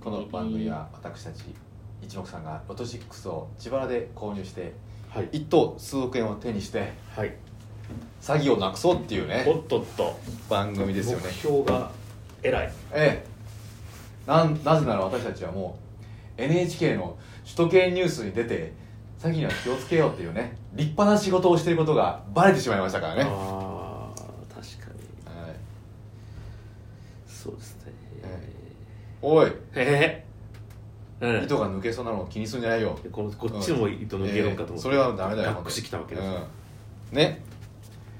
この番組は私たち一目さんがロト6を自腹で購入してはい一等数億円を手にしてはい詐欺をなくそうっていうねおっとっと番組ですよね目標が偉いええなんなぜなら私たちはもう NHK の首都圏ニュースに出て詐欺には気をつけようっていうね立派な仕事をしていることがバレてしまいましたからねはいああ確かにそうですねおいえええ糸が抜けそうなのを気にするんじゃないよこのこっちも糸抜けるんかと思って、ええそれはダメだよバックしてきたわけです、うんね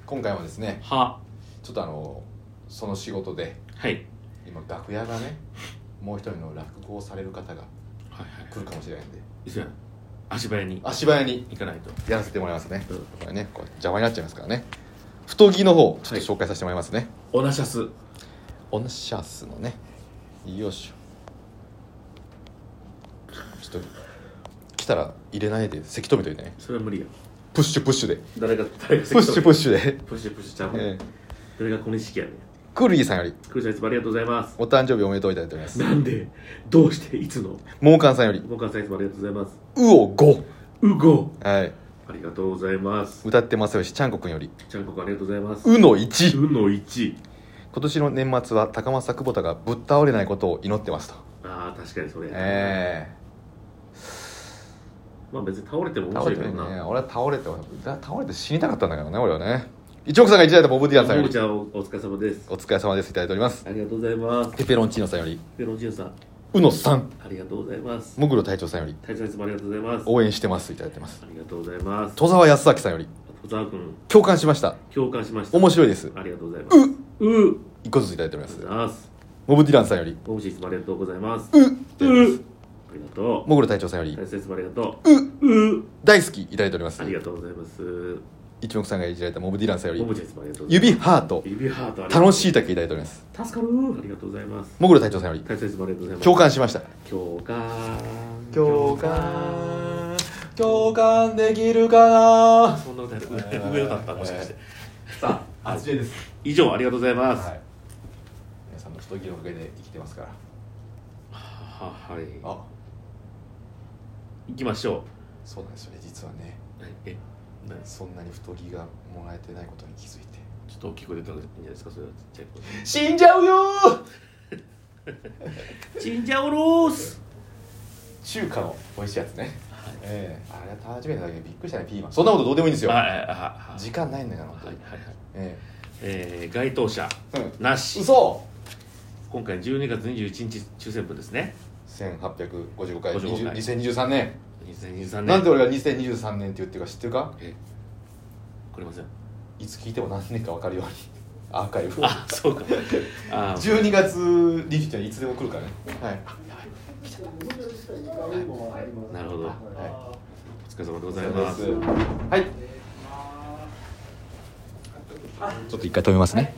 今回もですねはちょっとあのその仕事ではい今楽屋がねもう一人の落語をされる方はいがはい来るかもしれないんでそうや足早に足早に行かないとやらせてもらいますね、うんこれねこれ邪魔になっちゃいますからね太着の方ちょはっいと紹介させてもらいますね、オナシャスオンシャスのねよいしょちょっと来たら入れないでせき止めといてねそれは無理やプッシュプッシュで誰が誰がプッシュプッシュで、プッシュプッシュちゃうもん、ええ誰が小錦やねんクールイーさんよりクルちゃんいつもありがとうございますお誕生日おめでとういただいておりますなんでどうしていつのモーカンさんよりお母さんいつもありがとうございますうおごうごはいありがとうございます歌ってますよしちゃんこくんよりちゃんこくんありがとうございますうの1うの1今年の年末は高松久保田がぶっ倒れないことを祈ってますとああ確かにそれ、ええまあ別に倒れても面倒白れいてけるどねな俺は倒れて倒れて死にたかったんだからね俺はね一億さんがいただいたボブディアンさんよもりちゃんおお疲れ様ですお疲れ様ですいただいておりますありがとうございますペペロンチーノさんよりペロンチーノさんうのさんありがとうございますもぐろ隊長さんより大将いつもありがとうございます応援してますいただいてますありがとうございます戸沢康明さんより小沢君共感しました共感しました面白いですありがとうございますうう一個ずついただいておりあまりがすとうございますボブディランさんよりおうちいつもありがとうございますううありがともぐろ隊長さんうより大将いつもありがとううう大好きいただいておりますありがとうございます一目さんがいただいたモブディランさんよおもりちゃいつもありがとうございます指ハート指ハートありがとう楽しいだけいただいております助かるーありがとうございますもぐろ隊長さんより大切もありがとうございます共感しました共感共感できるかなそんな歌やる上歌ったもしかしてさあ味です以上ありがとうございますはい皆さんの太着のおかげで生きてますからははいあ行きましょそうなんですよね実はねうえなちそんなに太着がもらえてないことに気づいてょっと大きい声出た方がいいんじゃないですかそれはちっちゃい死んじゃうよー声チンジャオロース中華の美味しいやつね、ええあれ初めてだけどびっくりしたねピーマンそんなことどうでもいいんですよはいはいはい時間ないんだから本当はいに、はいはいええー該当者えうんなし嘘今回12月21日抽選分ですね1855回55回2023年2023年なんで俺が2023年って言ってるか知ってるかえこれませんいつ聞いても何年か分かるよ うにアーカイブをあそうかあー12月20日はいつでも来るからねはいなるほどおは疲れ様でごいざいますはいちょっと一回止めますね